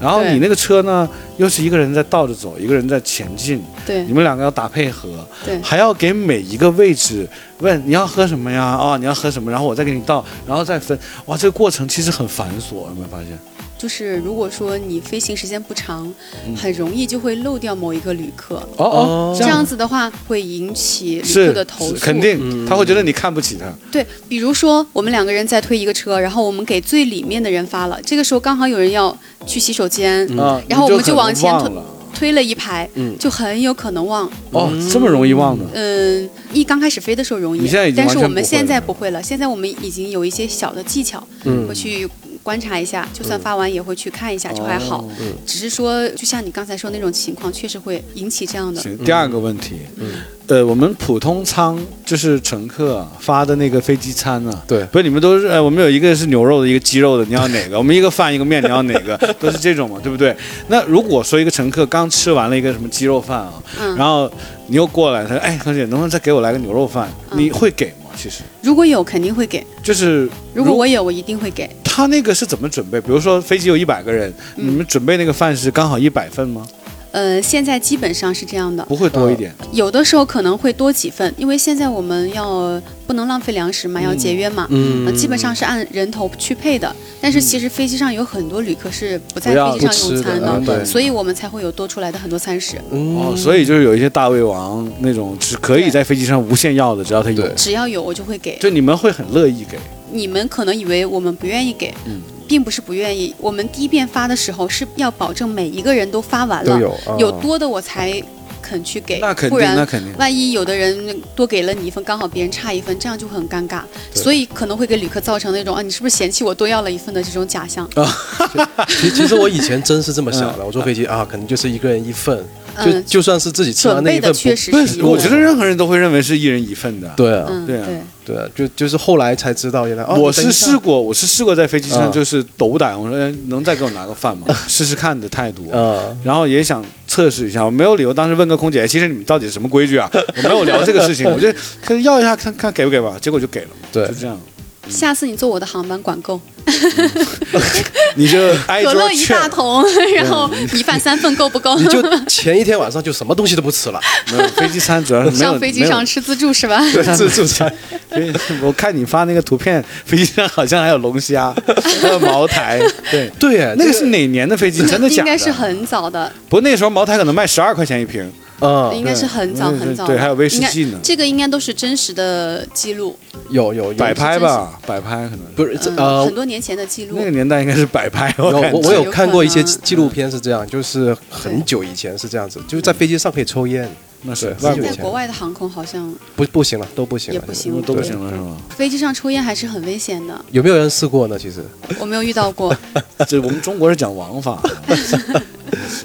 S2: 然后
S1: 对
S2: 你那个车呢，又是一个人在倒着走，一个人在前进，
S1: 对
S2: 你们两个要打配合，
S1: 对
S2: 还要给每一个位置问你要喝什么呀？啊、你要喝什么？然后我再给你倒，然后再分。哇，这个过程其实很繁琐，有没有发现？
S1: 就是如果说你飞行时间不长，很容易就会漏掉某一个旅客。
S2: 嗯哦
S3: 哦
S1: 这样子嗯的话会引起旅
S2: 是
S1: 客的投
S2: 是
S1: 诉。
S2: 肯定，他会觉得你看不起他。
S1: 对，比如说我们两个人在推一个车，然后我们给最里面的人发了，这个时候刚好有人要去洗手间，
S2: 啊
S1: 然后我们
S2: 你就
S1: 就往前
S2: 可
S1: 推
S2: 能忘了嗯
S1: 推了一排，就很有可能忘。
S2: 哦，这么容易忘的。
S1: 嗯，一刚开始飞的时候容易，
S2: 你现在已经
S1: 但是
S2: 完全
S1: 我
S2: 不会
S1: 们
S2: 了
S1: 现在不会了。现在我们已经有一些小的技巧，
S2: 嗯
S1: 会去观察一下，就算发完也会去看一
S2: 哦
S1: 下，就还好。
S2: 嗯
S1: 只是说，就像你刚才说那种情况，确实会引起这样的。
S2: 行，第二个问题，呃，我们普通舱就是乘客啊发的那个飞机餐啊，
S3: 对
S2: 不是你们都是，呃，我们有一个是牛肉的，一个鸡肉的，你要哪个？我们一个饭一个面，你要哪个？都是这种嘛，对不对？那如果说一个乘客刚吃完了一个什么鸡肉饭啊，
S1: 嗯
S2: 然后你又过来，他说，哎，何姐，能不能再给我来个牛肉饭？
S1: 嗯
S2: 你会给吗？其实
S1: 如果有，肯定会给。
S2: 就是
S1: 如果我有，我一定会给。
S2: 他那个是怎么准备？比如说飞机有一百个人，
S1: 嗯
S2: 你们准备那个饭是刚好一百份吗？
S1: 呃，现在基本上是这样的，
S2: 不会多一点。
S1: 有的时候可能会多几份，因为现在我们要不能浪费粮食嘛，要节约嘛，
S3: 嗯
S1: 呃基本上是按人头去配的。但是其实飞机上有很多旅客是不在
S2: 不要
S1: 飞机
S3: 不
S1: 上
S3: 吃的
S1: 用餐
S3: 嗯对
S1: 所以我们才会有多出来的很多餐食。
S2: 哦，
S3: 哦
S2: 所以就是有一些大胃王那种，只可以
S1: 对
S2: 在飞机上无限要的，只要他有
S3: 对，
S1: 只要有我就会给。
S2: 就你们会很乐意给。
S1: 你们可能以为我们不愿意给，
S2: 嗯
S1: 并不是不愿意。我们第一遍发的时候是要保证每一个人都发完
S3: 都
S1: 了，
S3: 有啊
S1: 多的我才肯去给
S2: 那肯，
S1: 不
S2: 定
S1: 然
S2: 那肯定
S1: 万一有的人多给了你一分，刚好别人差一分，这样就很尴尬，
S3: 对
S1: 所以可能会给旅客造成那种啊，你是不是嫌弃我多要了一份的这种假象？
S2: 啊
S3: 其其实我以前真是这么想的，我坐飞机啊，可能就是一个人一份，就
S1: 嗯
S3: 就算是自己吃完
S1: 准
S3: 那
S1: 备
S3: 一
S1: 的
S3: 份，
S1: 确实
S2: 不
S1: 是
S2: 是，
S1: 有
S2: 我觉得任何人都会认为是一人一份的。
S3: 对啊，
S1: 嗯
S2: 对啊
S3: 对啊，就就是后来才知道，原来哦，
S2: 我
S3: 等
S2: 是
S3: 一下
S2: 试过，我是试过在飞机上
S3: 嗯
S2: 就是斗胆，我说哎能再给我拿个 [LAUGHS] 饭吗？试试看的态度。
S3: 嗯
S2: 然后也想测试一下，我没有理由当时问个空姐，哎其实你们到底什么规 [LAUGHS] 矩啊？我没有聊这个 [LAUGHS] 事情，我就看要一下看看给不给吧，结果就给了，
S3: 对
S2: 就这样，
S1: 下次你坐我的航班管够，
S2: 你哎就挨
S1: 可
S2: 桌
S1: 乐一
S2: 劝
S1: 大，桶，然后
S2: 嗯
S1: 米饭三份够不够？
S3: 你
S1: [LAUGHS]
S3: 就前一天晚上就什么东西都不吃了，
S2: 没有飞机餐主要是没有
S1: 上飞机上吃自助是吧？
S3: 自助餐，
S2: 没有飞 [LAUGHS] 我看你发那个图片，飞机上好像还有龙虾， [LAUGHS] 还有茅台，对。
S3: 对啊，
S2: 那个
S3: 这
S2: 是哪年的飞机？真的假
S1: 应
S2: 的？
S1: 该是很早的，
S2: 不，那时候茅台可能卖十二块钱一瓶。
S1: 应
S2: 哦
S3: 嗯，
S1: 该是很早
S2: 对
S1: 很早的。
S2: 对还有威士忌呢
S1: 应该这个应该都是真实的记录，
S3: 有有有
S2: 摆拍吧，摆拍可能
S3: 不是这
S1: 嗯，
S3: 呃
S1: 很，多年前的记录。
S2: 那个年代应该是摆拍。
S3: [LAUGHS] 有
S2: 感
S3: 我
S2: 觉
S3: 我
S1: 有
S3: 有看过一些
S1: 可能啊
S3: 纪录片是这样，就是很久以前是这样子，就是在飞机上可以抽烟，
S2: 那是
S3: 对
S2: 外
S3: 有
S2: 国
S1: 在
S3: 以前
S1: 国外的航空好像
S3: 不不行了，都不行
S1: 也
S3: 了，
S1: 不行
S3: 对
S2: 都不行了是吗？
S1: 飞机上抽烟还是很危险的，
S3: 有没有人试过呢？其实
S1: 我没有遇到过。
S2: 这我们中国是讲王法的，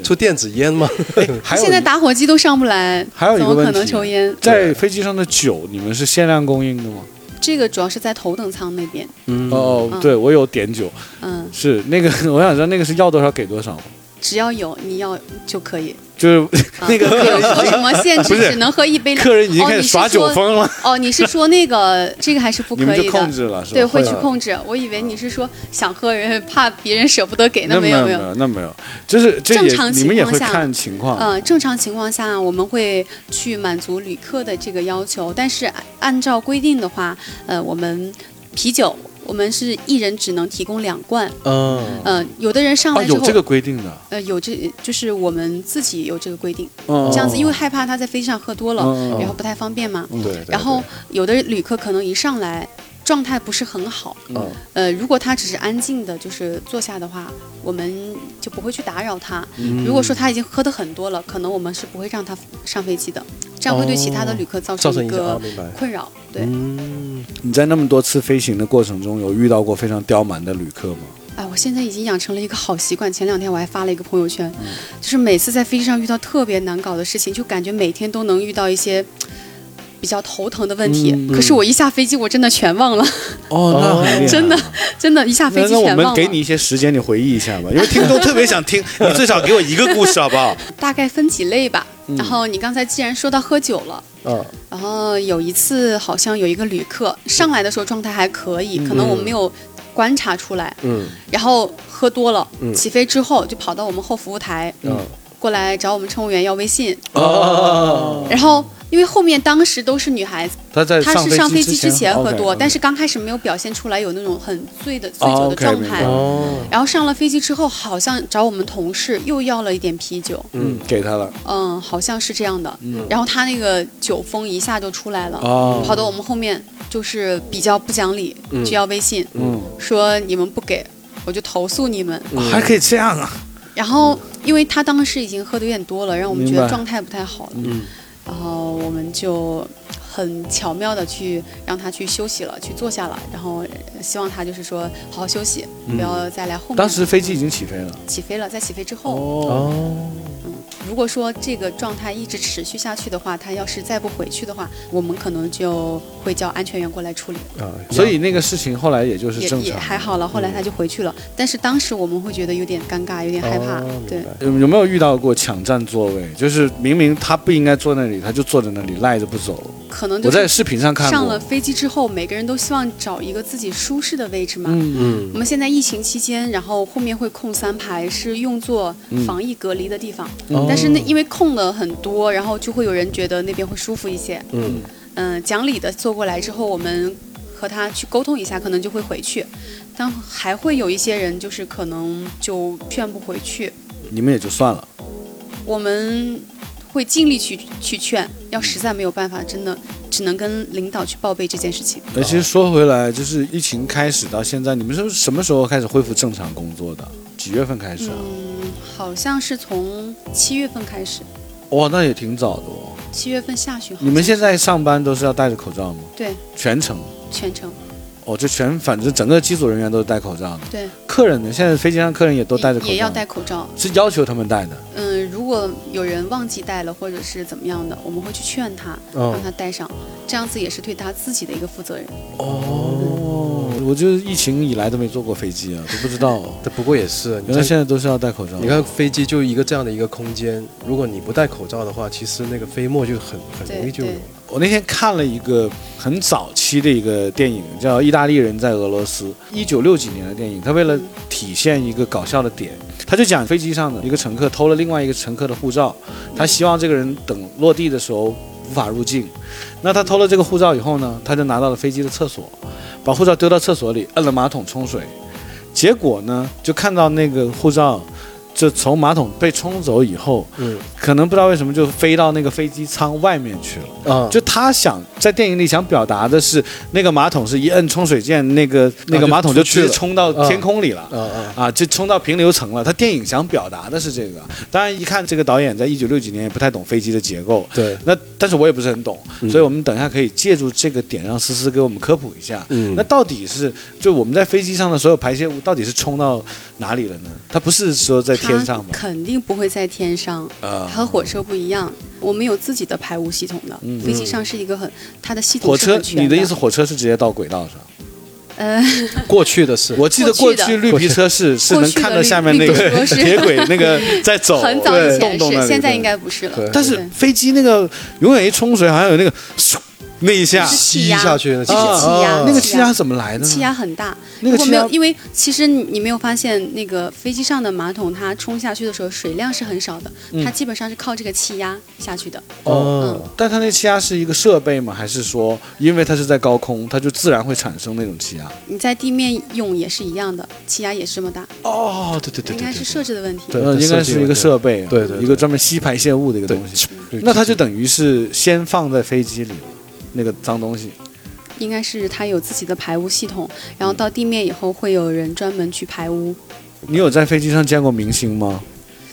S3: 抽电子烟吗？
S2: [LAUGHS] 还有
S1: 现在打火机都上不来，
S2: 还有一
S1: 怎
S2: 个
S1: 么可
S2: 问
S1: 能
S2: 题啊
S1: 抽烟？
S2: 在飞机上的酒，你们是限量供应的吗？
S1: 这个主要是在头等舱那边，
S3: 嗯
S2: 哦
S1: 嗯，
S2: 对，我有点酒，
S1: 嗯，
S2: 是那个，我想知道那个是要多少给多少吗，
S1: 只要有你要就可以。
S2: 就是
S1: 啊
S2: 那个
S1: 没有说
S2: [LAUGHS]
S1: 什么限
S2: 不
S1: 制，
S2: 是
S1: 只能喝一杯。
S2: 客人已经开始耍酒疯了，
S1: 哦，你是说那个这个还是不
S2: 你
S1: 可
S2: 们
S1: 以
S2: 就控
S1: 的？
S2: 制了，是吧？
S1: 对，会
S2: 会
S1: 去
S2: 的
S1: 控制。我以为你是说想喝人怕别人舍不得给，
S2: 那
S1: 没
S2: 有
S1: 没有。
S2: 有，那没有，就是这
S1: 正
S2: 也
S1: 常
S2: 你们也会
S1: 情况下
S2: 看情况，
S1: 嗯，正常情况下我们会去满足旅客的这个要求，但是按按照规定的话，呃，我们啤酒我们是一人只能提供两罐，
S3: 嗯，
S1: 嗯、有的人上
S2: 啊，
S1: 来之
S2: 有
S1: 后，
S2: 这个规定的，
S1: 呃，有这就是我们自己有这个规定，
S2: 嗯，
S1: 这样子，因为害怕他在飞机上喝多了，
S2: 嗯
S1: 然后不太方便嘛。
S2: 嗯
S3: 对，对
S1: 然后有的旅客可能一上来状态不是很好，
S3: 嗯
S1: 呃，如果他只是安静的，就是坐下的话，我们就不会去打扰他。
S3: 嗯
S1: 如果说他已经喝的很多了，可能我们是不会让他上飞机的，这样会对其他的旅客造
S3: 造成
S1: 一
S3: 影响啊
S1: 个，
S3: 明白。
S1: 困扰。对，
S3: 嗯，
S2: 你在那么多次飞行的过程中，有遇到过非常刁蛮的旅客吗？
S1: 哎，我现在已经养成了一个好习惯。前两天我还发了一个朋友圈，
S3: 嗯
S1: 就是每次在飞机上遇到特别难搞的事情，就感觉每天都能遇到一些。比较头疼的问题，
S2: 嗯
S1: 可是我一下飞机我真的全忘了， [LAUGHS]
S2: 哦
S3: 那很厉害
S1: 真的真的，一下飞
S2: 那
S1: 机
S2: 那我
S1: 全忘了。
S2: 们给你一些时间，你回忆一下吧，因为听众特别
S1: [LAUGHS]
S2: 想听，你最少给我一个故事好不好？
S1: 大概分几类吧。然后你刚才既然说到喝酒了，
S3: 嗯，
S1: 然后有一次好像有一个旅客上来的时候状态还可以，可能我没有观察出来，
S3: 嗯
S1: 然后喝多了，
S3: 嗯
S1: 起飞之后就跑到我们后服务台，
S3: 嗯
S1: 过来找我们乘务员要微信，
S3: 哦，
S1: 然后。因为后面当时都是女孩子，
S2: 他在
S1: 她是上飞机之前喝多，但
S2: 是
S1: 是刚开始没有表现出来有那种很醉的醉
S2: 嗯哦
S1: 酒的
S2: ，OK，
S1: 状
S2: 明白
S1: 态。
S3: 哦，
S1: 然后上了飞机之后，好像找我们同事又要了一点啤酒，
S2: 嗯，给他了
S1: 嗯，好像是这样的。
S2: 嗯
S1: 然后他那个酒疯一下就出来了，
S2: 哦
S1: 跑到我们后面就是比较不讲理，就要微信，
S2: 嗯，
S1: 说你们不给，我就投诉你们。
S2: 啊还可以这样啊，
S1: 然后因为他当时已经喝得有点多了，让我们觉得
S2: 明白嗯
S1: 状态不太好了，然后我们就。很巧妙的去让他去休息了，去坐下了，然后呃希望他就是说好好休息，不要再来后面。
S2: 嗯当时飞机已经起飞了，
S1: 起飞了，在起飞之后，
S3: 哦，
S1: 如果说这个状态一直持续下去的话，他要是再不回去的话，我们可能就会叫安全员过来处理，
S3: 啊，
S2: 所以那个事情后来也就是
S1: 也
S2: 正
S1: 也
S2: 常。嗯
S1: 还好了。后来他就回去了，但是当时我们会觉得有点尴尬，有点害怕，
S3: 哦
S1: 对
S3: 明。白
S2: 有有没有遇到过抢占座位？就是明明他不应该坐那里，他就坐在那里赖着不走。
S1: 可能
S2: 我
S1: 就
S2: 在
S1: 是
S2: 视频上看
S1: 上了
S2: 过，
S1: 飞机之后，每个人都希望找一个自己舒适的位置嘛。
S2: 嗯，
S3: 嗯
S1: 我们现在疫情期间，然后后面会空三排，是用作
S2: 嗯
S1: 防疫隔离的地方。
S2: 哦
S3: 嗯
S1: 但是那因为空了很多，然后就会有人觉得那边会舒服一些。
S3: 嗯
S1: 嗯，讲理的坐过来之后，我们和他去沟通一下，可能就会回去。但还会有一些人，就是可能就劝不回去，
S2: 你们也就算了。
S1: 我们会尽力去去劝。要实在没有办法，真的只能跟领导去报备这件事情。
S2: 哎那其实说回来，就是疫情开始到现在，你们是什么时候开始恢复正常工作的？几月份开始啊？
S1: 嗯，好像是从七月份开始，
S2: 哇，那也挺早的哦。
S1: 七月份下旬好像。
S2: 你们现在上班都是要戴着口罩吗？
S1: 对
S2: 全程？
S1: 全程
S2: 哦，就全，反正整个机组人员都是戴口罩的。
S1: 对
S2: 客人呢？现在飞机上客人也都戴着口罩，
S1: 也要戴口罩。
S2: 是要求他们戴的。
S1: 嗯，如果有人忘记带了或者是怎么样的，我们会去劝他，
S3: 哦
S1: 让他带上，这样子也是对他自己的一个负责任。
S2: 哦，我就是疫情以来都没坐过飞机啊，都不知道、
S3: 但不过也是，
S2: 原
S3: 你
S2: 来
S3: 看
S2: 现在都是要戴口罩。
S3: 你看飞机就一个这样的一个空间，如果你不戴口罩的话，其实那个飞沫就很很容
S1: 对
S3: 易就有
S1: 对
S2: 我那天看了一个很早期的一个电影，叫《意大利人在俄罗斯》，一九六几年的电影。他为了体现一个搞笑的点，他就讲飞机上的一个乘客偷了另外一个乘客的护照，他希望这个人等落地的时候无法入境。那他偷了这个护照以后呢，他就拿到了飞机的厕所，把护照丢到厕所里，摁了马桶冲水。结果呢，就看到那个护照就从马桶被冲走以后，
S3: 嗯
S2: 可能不知道为什么就飞到那个飞机舱外面去了。
S3: 啊，
S2: 就他想在电影里想表达的是，那个马桶是一摁冲水键，那个那个马桶就直接冲到天空里了。
S3: 啊啊，
S2: 啊，就冲到平流层了。他电影想表达的是这个，当然一看这个导演在一九六几年也不太懂飞机的结构，
S3: 对，嗯
S2: 那但是我也不是很懂，所以我们等一下可以借助这个点让思思给我们科普一下，
S3: 嗯
S2: 那到底是就我们在飞机上的所有排泄物到底是冲到哪里了呢？它不是说在天
S1: 他
S2: 上吗？
S1: 肯定不会在天上，
S2: 啊
S1: 它和火车不一样，我们有自己的排污系统的。飞机上是一个很，它的系统
S2: 嗯火
S1: 是
S2: 车
S1: 很，全
S2: 你的意思火车是直接到轨道上？
S1: 呃，
S3: 过去的是
S2: 我记得过
S1: 过去的
S2: 去绿皮车是是能看到下面那
S1: 过去的
S2: 个
S1: 绿皮车是
S2: 铁轨
S1: [LAUGHS]
S2: 那个在 [LAUGHS] 走，
S1: 很早以
S2: 对
S1: 前
S2: 动动那
S1: 是，
S2: 里
S1: 现在
S2: 对
S1: 应该不是了
S3: 对。
S2: 但是
S1: 对
S2: 飞机那个永远一冲水，好像有那个嗖那一下，啊
S3: 吸下去的，
S1: 就是气压，
S2: 那个气压怎么来的呢？
S1: 气压很大。
S2: 那
S1: 如
S2: 个
S1: 果
S2: 气
S1: 没
S2: 压
S1: 有，因为其实你你没有发现那个飞机上的马桶，它冲下去的时候水量是很少的，
S2: 嗯
S1: 它基本上是靠这个气压下去的。
S3: 哦，
S2: 但它那气压是一个设备吗？还是说因为它是在高空，它就自然会产生那种气压？
S1: 你在地面用也是一样的，气压也是这么大，
S2: 哦，对对对
S1: 应该是设置的问题。
S3: 对
S2: 呃，应该是一个设备啊，
S3: 对对对
S2: 一个专门吸排泄物的一个东西。
S3: 对
S2: 那它就等于是先放在飞机里了，那个脏东西。
S1: 应该是它有自己的排污系统，然后到地面以后会有人专门去排污。
S2: 你有在飞机上见过明星吗？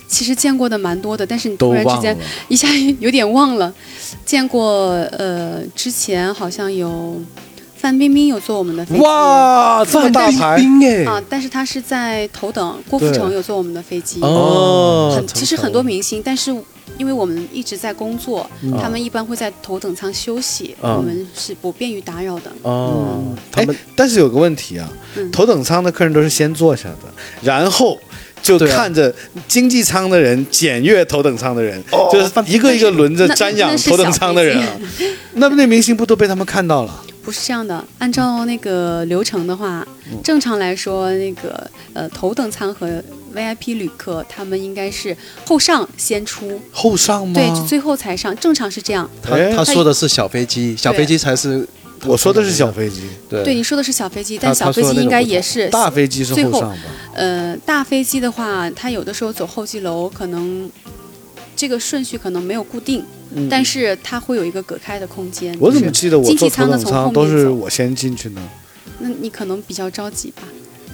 S1: 其实见过的蛮多的，但是你
S2: 都
S1: 突然之
S2: 忘
S1: 间
S2: 了。
S1: 一下有点忘了，见过呃，之前好像有范冰冰有坐我们的飞机。
S2: 哇，这么大牌！
S3: 冰冰
S1: 啊
S3: 哎，，
S1: 但是她是在头等，郭富城有坐我们的飞机，
S3: 哦
S1: 很，其实很多明星，但是因为我们一直在工作，
S2: 嗯
S1: 他们一般会在头等舱休息，
S3: 嗯
S1: 我们是不便于打扰的。
S3: 哦，他
S2: 哎
S3: 们，
S2: 但是有个问题啊，
S1: 嗯
S2: 头等舱的客人都是先坐下的，然后就
S3: 对啊
S2: 看着经济舱的人检阅头等舱的人，就是一个一个轮着
S1: 那
S2: 瞻仰
S1: 哦那是
S2: 头等舱的人啊
S1: 小。
S2: [LAUGHS] 那那明星不都被他们看到了？
S1: 不是这样的，按照那个流程的话，
S3: 嗯
S1: 正常来说，那个呃头等舱和 VIP 旅客他们应该是后上先出，
S2: 后上吗？
S1: 对，
S3: 嗯
S1: 就最后才上，正常是这样。
S3: 他
S2: 哎
S3: 他说的是小飞机，小飞机才是
S2: 我说的是小飞机，
S3: 对
S1: 对，你说的是小飞机，但
S3: 他
S1: 小飞
S3: 他说
S1: 机
S3: 的那
S1: 应
S3: 种
S1: 该
S3: 不同
S1: 也是
S2: 大飞机是
S1: 呃最
S2: 后
S1: 后
S2: 上吧？
S1: 呃，大飞机的话，它有的时候走候机楼，可能这个顺序可能没有固定，嗯
S3: 嗯
S1: 但是它会有一个隔开的空间。
S2: 嗯我怎
S1: 就
S2: 么
S1: 是
S2: 记得我
S1: 经
S2: 坐
S1: 济
S2: 头
S1: 舱的
S2: 等
S1: 从后
S2: 舱
S1: 面
S2: 都是
S1: 走
S2: 我先进去呢？
S1: 那你可能比较着急吧？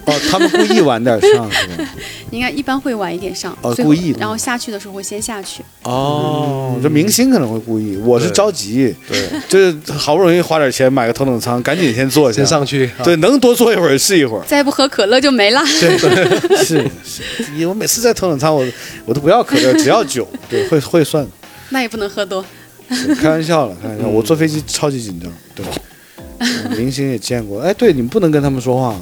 S2: 哦，他们故意晚点上是吧？
S1: 你应该一般会晚一点上，
S2: 哦
S1: 最后
S2: 故意的
S1: 然后下去的时候会先下去。。
S2: 哦，这明星可能会故意，我是
S3: 对
S2: 着急，
S3: 嗯
S2: [LAUGHS]
S3: 对，
S2: 就是好不容易花点钱买个头等舱，赶紧先坐下
S3: 先。上去，啊
S2: 对，，能多坐一会儿是一会儿
S1: 再不喝可乐就没了。
S2: 对，是是，你我每次在头等舱，我我都不要可乐，只要酒。对，会会算，
S1: [LAUGHS] 那也不能喝多。
S3: [LAUGHS]
S2: 是开玩笑了，开玩
S3: 嗯
S2: 笑。我坐飞机超级紧张，对。嗯明星也见过，哎，对，你们不能跟他们说话哦，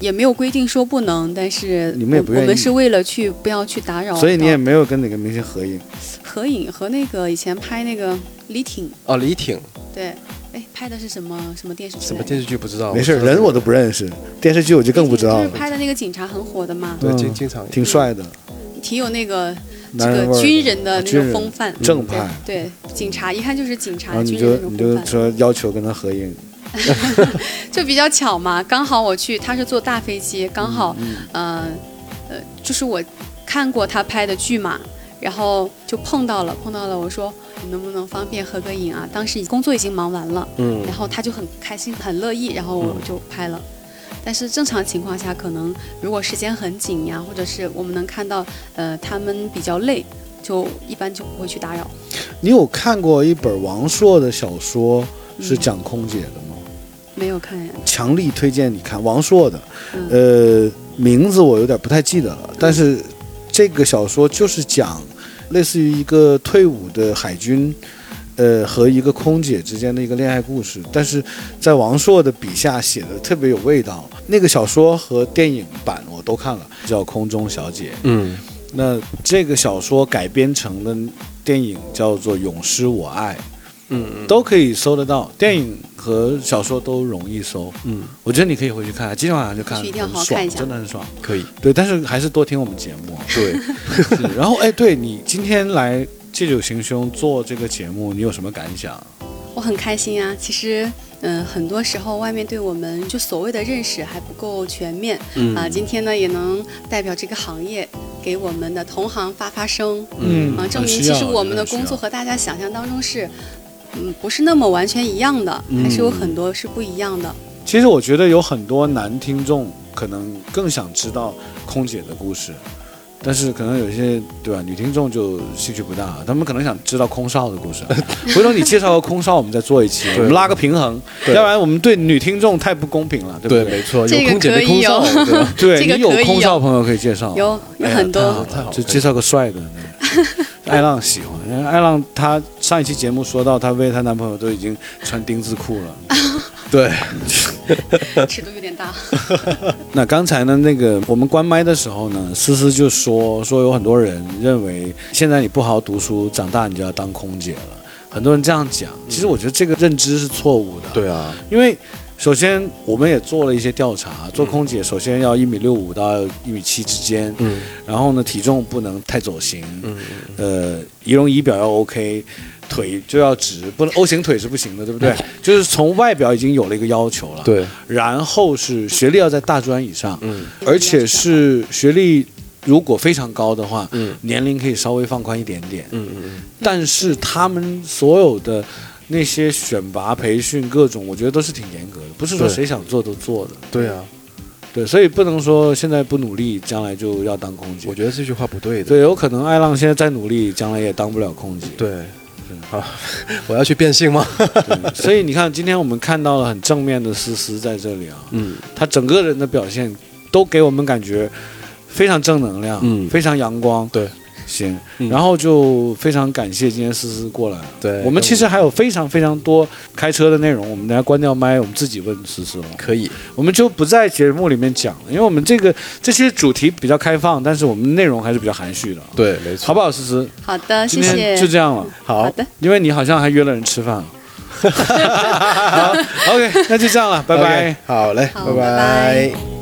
S1: 也没有规定说不能，但是
S2: 你们也
S1: 我
S2: 不愿意
S1: 我们是为了去不要去打扰到，
S2: 所以你也没有跟哪个明星合
S3: 哦
S2: 影。
S1: 合影和那个以前拍那个李挺，
S3: 哦，李挺
S1: 对，哎，拍的是什么什么电视剧来着？
S3: 什么电视剧不知道，
S2: 没事，人我都不认识，电视剧我就更不知道
S1: 就是
S2: 了。
S1: 拍的那个警察很火的嘛，
S3: 对
S2: 嗯
S3: 经经常
S2: 挺帅的，
S1: 挺有那个这
S2: 男人
S1: 个
S2: 味儿的啊
S1: 军人的那
S2: 军人
S1: 种风范，
S2: 正
S1: 嗯
S2: 派
S1: 对对，警察一看就是警
S2: 然
S1: 察
S2: 后
S1: 啊军
S2: 你
S1: 人
S2: 就
S1: 的那
S2: 你
S1: 种
S2: 就
S1: 风范，
S2: 说要求跟他合影，
S1: 就比较巧嘛，刚好我去，他是坐大飞机，刚好，嗯呃，就是我看过他拍的剧嘛。然后就碰到了，碰到了。我说你能不能方便合个影啊？当时工作已经忙完了，
S3: 嗯
S1: 然后他就很开心，很乐意，然后我就拍了。但是正常情况下，可能如果时间很紧呀，或者是我们能看到，呃，他们比较累，就一般就不会去打扰。
S2: 你有看过一本王朔的小说是
S1: 嗯
S2: 讲空姐的吗？
S1: 没有看呀，
S2: 强力推荐你看王朔的，
S1: 嗯
S2: 呃，名字我有点不太记得了，但是这个小说就是讲类似于一个退伍的海军。呃，和一个空姐之间的一个恋爱故事，但是在王朔的笔下写的特别有味道。那个小说和电影版我都看了，叫《空中小姐》。
S3: 嗯，
S2: 那这个小说改编成的电影叫做《永失我爱》，嗯，都可以搜得到，电影和小说都容易搜。
S3: 嗯，
S2: 我觉得你可以回去看，今天晚上就看，
S1: 去一定要
S2: 很
S1: 好好
S2: 爽
S1: 看一下
S2: 真的很爽。
S3: 可以，
S2: 对，但是还是多听我们节
S1: [LAUGHS]
S2: 目。啊
S3: 对，
S2: 是然后，哎，对你今天来《借酒行凶》做这个节目，你有什么感想？
S1: 我很开心啊。其实，嗯、很多时候外面对我们就所谓的认识还不够全面、
S3: 嗯
S1: 啊。今天呢，也能代表这个行业给我们的同行发发声，
S2: 嗯
S1: 啊，证
S2: 很
S1: 明
S2: 需
S1: 其实
S2: 要
S1: 我们
S2: 真
S1: 的
S2: 很需
S1: 工作
S2: 要
S1: 和大家想象当中是，嗯，不是那么完全一样的，还是有
S2: 嗯
S1: 很多是不一样
S2: [LAUGHS]
S1: 的。
S2: 其实我觉得有很多男听众可能更想知道空姐的故事，但是可能有一些对吧，女听众就兴趣不大，他们可能想知道空少的故
S3: [LAUGHS]
S2: 事。回头你介绍个空少，我们再做一期，我们拉个平衡，要
S3: 对
S2: 不然我们对女听众太不公平了，对不
S3: 对，
S2: 对？
S3: 没错，
S1: 这
S3: 有
S1: 个
S3: 空姐
S1: 可
S3: 没空
S1: 以
S3: 少，
S1: 哦
S3: 对吧
S2: 对
S1: 这个
S2: 你有
S1: 可以
S2: 空少
S1: 有
S2: 朋友可以介绍，
S1: 有哦有
S2: 哎呀
S1: 很多
S2: 太好了
S3: 太好了
S2: 就介绍个帅的。
S3: [LAUGHS]
S2: 艾浪喜欢，因为艾浪她上一期节目说到，她为她男朋友都已经穿丁字裤了。
S3: 对，
S1: 尺度有点大。
S2: 那刚才呢，那个我们关麦的时候呢，思思就说说有很多人认为现在你不好好读书，长大你就要当空姐了。很多人这样讲，其实我觉得这个认知是错误的。，
S3: 嗯对啊，
S2: 因为首先我们也做了一些调
S3: 嗯
S2: 查，做空姐首先要一米六五到一米七之间，
S3: 嗯
S2: 然后呢体重不能太走形，
S3: 嗯，
S2: 呃，仪容仪表要 OK，腿就要直，不能 O 型腿是不行的，对不
S3: [LAUGHS]
S2: 对？就是从外表已经有了一个要求了。。
S3: 对，
S2: 然后是学历要在大专以上，
S3: 嗯
S2: 而且是学历如果非常高的话，
S3: 嗯
S2: 年龄可以稍微放宽一点点。
S3: 嗯嗯
S2: 但是他们所有的那些选拔、培训各种，我觉得都是挺严格的，不是说
S3: 对
S2: 谁想做都做的。
S3: 嗯，对啊，
S2: 对，所以不能说现在不努力，将来就要当空姐
S3: 我。觉得这句话不对的，
S2: 对，有可能艾浪现在再努力，将来也当不了空姐。
S3: 对，好， [LAUGHS] 我要去变性吗？
S2: 对， [LAUGHS] 所以你看，今天我们看到了很正面的思思在这里啊，
S3: 嗯，
S2: 他整个人的表现都给我们感觉非常正能量，
S3: 嗯
S2: 非常阳光。
S3: 对，
S2: 行，
S3: 嗯
S2: 然后就非常感谢今天思思过来。
S3: 对
S2: 我们其实还有非常非常多开车的内容，我们等下关掉麦，我们自己问思思了，
S3: 可以，
S2: 我们就不在节目里面讲了，因为我们这个这些主题比较开放，但是我们内容还是比较含蓄的，
S3: 对，没
S2: 好
S3: 错，
S2: 不好，思思？
S1: 好的，
S2: 今
S1: 谢
S2: 天
S1: 谢。
S2: 就这样了，
S1: 好的，
S2: 因为你好像还约了人吃
S3: [LAUGHS]
S2: 饭。好，OK，那就这样了，拜拜。
S3: OK，好嘞，
S1: 好
S3: 拜
S1: 拜拜
S3: 拜